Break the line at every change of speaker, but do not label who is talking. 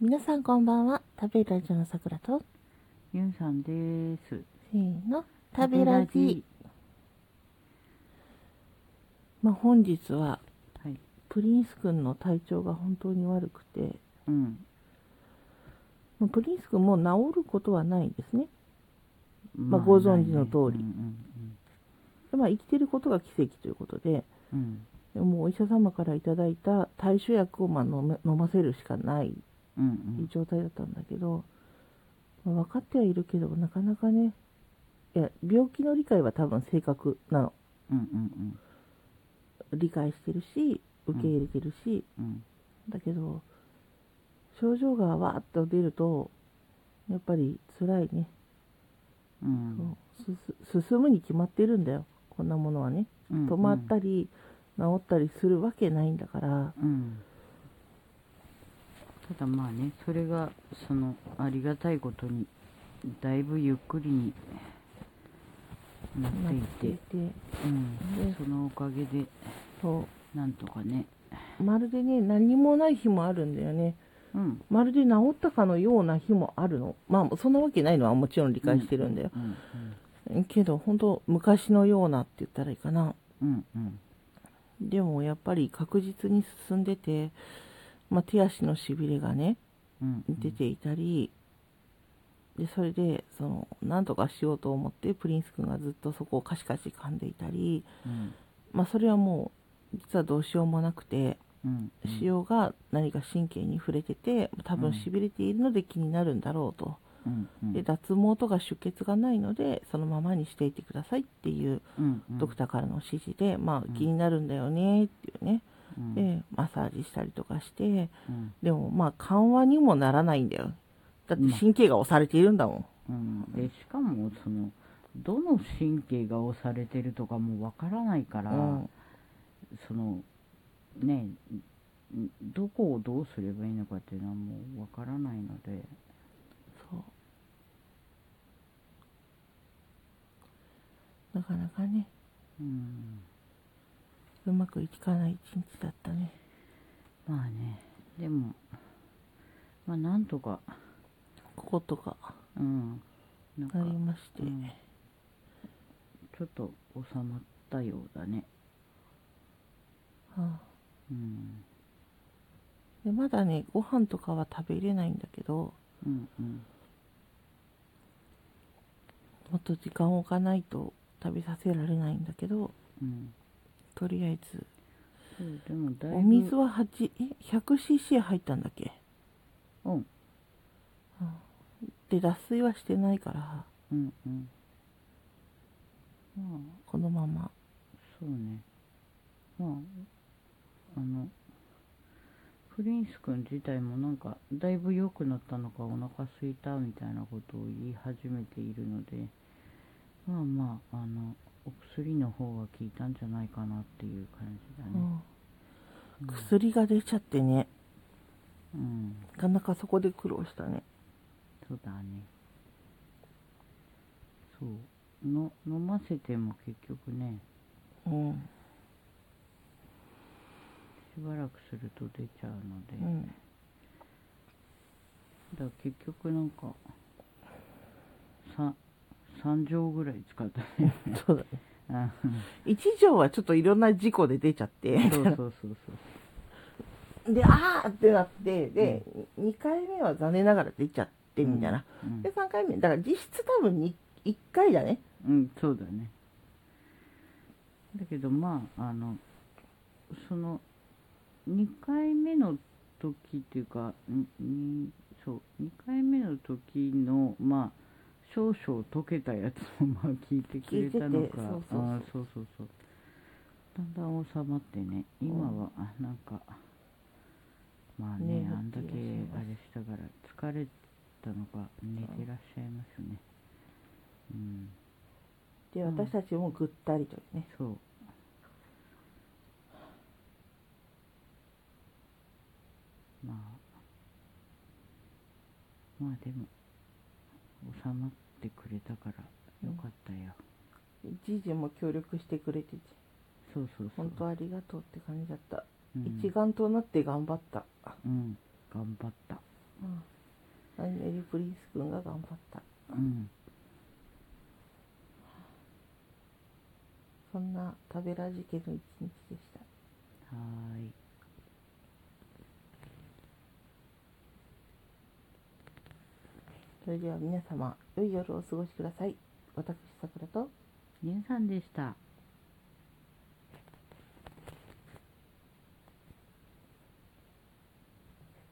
皆さんこんばんは食べるラジオのさくらと
ゆんさんです。
せーの食べラジ。まあ本日は
はい。
プリンスくんの体調が本当に悪くて
うん。
まあプリンスくんもう治ることはないんですね
ま
ご存知の通り
うん
でまあ生きてることが奇跡ということで
うんう
で
ん。
もうお医者様からいただいた対処薬をまあ飲め飲ませるしかない
うんうんう。
いうん状態だったんだけど、まあ分かってはいるけどなかなかねいや病気の理解は多分正確なの
うんうん
理解してるし受け入れてるし、
うんうん。
だけど症状がわーっと出るとやっぱり辛いね、
う
こ
ん
うすす進むに決まってるんだよこんなものはね
うん
止まったり治ったりするわけないんだから
うん。ただまあね、それが、その、ありがたいことに、だいぶゆっくりになっ
なって
てい
い
て、
て
うん
で。
そのおかげで、
そ
なんとかね。
うまるでね何もない日もあるんだよね
うん。
まるで治ったかのような日もあるのまあそんなわけないのはもちろん理解してるんだよ、
うん
けど本当昔のようなって言ったらいいかな
うんうん。
でもやっぱり確実に進んでて、まあ、手足のしびれがね
うんうん。
出ていたり、でそれでそのなんとかしようと思ってプリンス君がずっとそこをカシカシ噛んでいたり、
うん
まあ、それはもう実はどうしようもなくて
うんうん。
塩が何か神経に触れてて多
う
分
ん
しびれているので気になるんだろうと、
うんうん。
で脱毛とか出血がないのでそのままにしていてくださいっていう
うんうん
ドクターからの指示で、ま
う
あ
ん
気になるんだよねっていうね、
うん
でマッサージしたりとかして
うん
でもまあ緩和にもならないんだよだって神経が押されているんだもん、
うん、でしかもそのどの神経が押されてるとかもわからないから、
うん
そのねんどこをどうすればいいのかっていうのはもうわからないので、
そうなかなかね
うん、
うまくいかない一日だったね
まあねでもまあなんとか、
こことか
うん、なんか、
なりまして、
うんちょっと収まったようだね、
はあ
うん、
でまだねご飯とかは食べれないんだけど
うんうん
もっと時間を置かないと食べさせられないんだけど
うん
とりあえず
そうでもだいぶ
お水は8え 100cc 入ったんだっけ
うん
で脱水はしてないから
うんうんまあ
このまま
そうねまああのプリンス君自体もなんかだいぶ良くなったのかお腹空いたみたいなことを言い始めているのでまあまああのお薬の方が効いたんじゃないかなっていう感じだね
うん薬が出ちゃってね
うん、
なかなかそこで苦労したね
そうだねそうの飲ませても結局ね
うん、
しばらくすると出ちゃうので、
うん、
だから結局なんかさ3錠ぐらい使った ね
そうだね
あ
一条はちょっといろんな事故で出ちゃって
そうそうそうそう
であーってなってで、2回目は残念ながら出ちゃってみたいな、
うん
で3回目だから実質多分に1回だね
うんそうだねだけどまああのその2回目の時っていうかににそう2回目の時のまあ少々溶けたやつをまあ聞いてくれた
聞
のか
いててそうそうそう
あーそうそうそうだんだん収まってね今はあなんかまあね
ね
あんだけ
いらっしゃいます
あれしたから疲れたのか寝てらっしゃいますねうん
で
うん
私たちもぐったりというね
そうまあまあでも収まってくれたからよかったよ、
じじも協力してくれてて
そうそうそう
本当ありがとうって感じだった、
うん
一丸となって頑張った、
うん頑張った
うんアンネリ・プリンス君が頑張った
うん
そんな食べラジ家の一日でした
はーい
それでは皆様良い夜をお過ごしください私さくらと
ゆうさんでした